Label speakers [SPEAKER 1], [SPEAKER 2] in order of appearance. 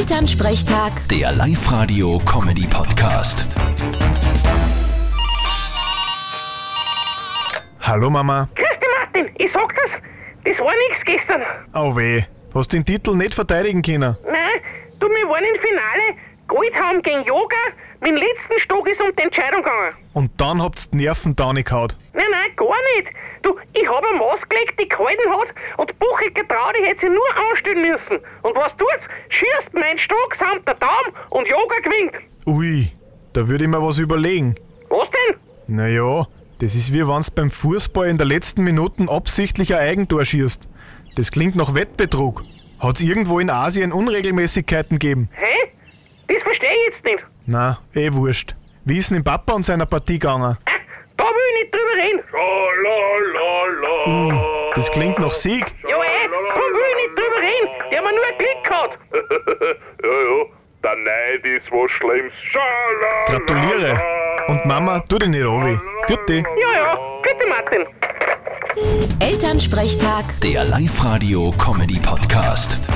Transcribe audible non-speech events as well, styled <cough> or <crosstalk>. [SPEAKER 1] Elternsprechtag,
[SPEAKER 2] Der Live-Radio-Comedy-Podcast.
[SPEAKER 3] Hallo Mama.
[SPEAKER 4] Grüß dich, Martin. Ich sag das. Das war nix gestern.
[SPEAKER 3] Oh weh, hast den Titel nicht verteidigen können.
[SPEAKER 4] Nein, du, wir waren im Finale. Goldhaum gegen Yoga. Mein letzten Stock ist um die Entscheidung gegangen.
[SPEAKER 3] Und dann habt's die Nerven gehaut.
[SPEAKER 4] Nein, nein, gar nicht. Du, ich hab eine Maus gelegt, die gehalten hat und Buche getraut, ich hätte sie nur anstellen müssen. Und was tut's? Schießt mein Stock samt der Daumen und Yoga gewinnt.
[SPEAKER 3] Ui, da würde ich mir was überlegen.
[SPEAKER 4] Was denn?
[SPEAKER 3] Naja, das ist wie wenn's beim Fußball in der letzten Minute absichtlich ein Eigentor schießt. Das klingt nach Wettbetrug. Hat's irgendwo in Asien Unregelmäßigkeiten gegeben?
[SPEAKER 4] Hä? Das verstehe ich jetzt nicht.
[SPEAKER 3] Na, eh wurscht. Wie ist denn im Papa und seiner Partie gegangen?
[SPEAKER 4] Ah, Da will ich nicht drüber reden.
[SPEAKER 3] Oh, Das klingt nach Sieg.
[SPEAKER 4] Ja, ey, komm, will ich nicht drüber reden. Die haben mir nur einen Klick gehabt.
[SPEAKER 5] <laughs> ja, ja, der Neid ist was Schlimmes. Schala-
[SPEAKER 3] Gratuliere. Und Mama, tu dich nicht an weh. Vierte.
[SPEAKER 4] Ja, ja, bitte, Martin.
[SPEAKER 1] Elternsprechtag.
[SPEAKER 2] Der Live-Radio-Comedy-Podcast.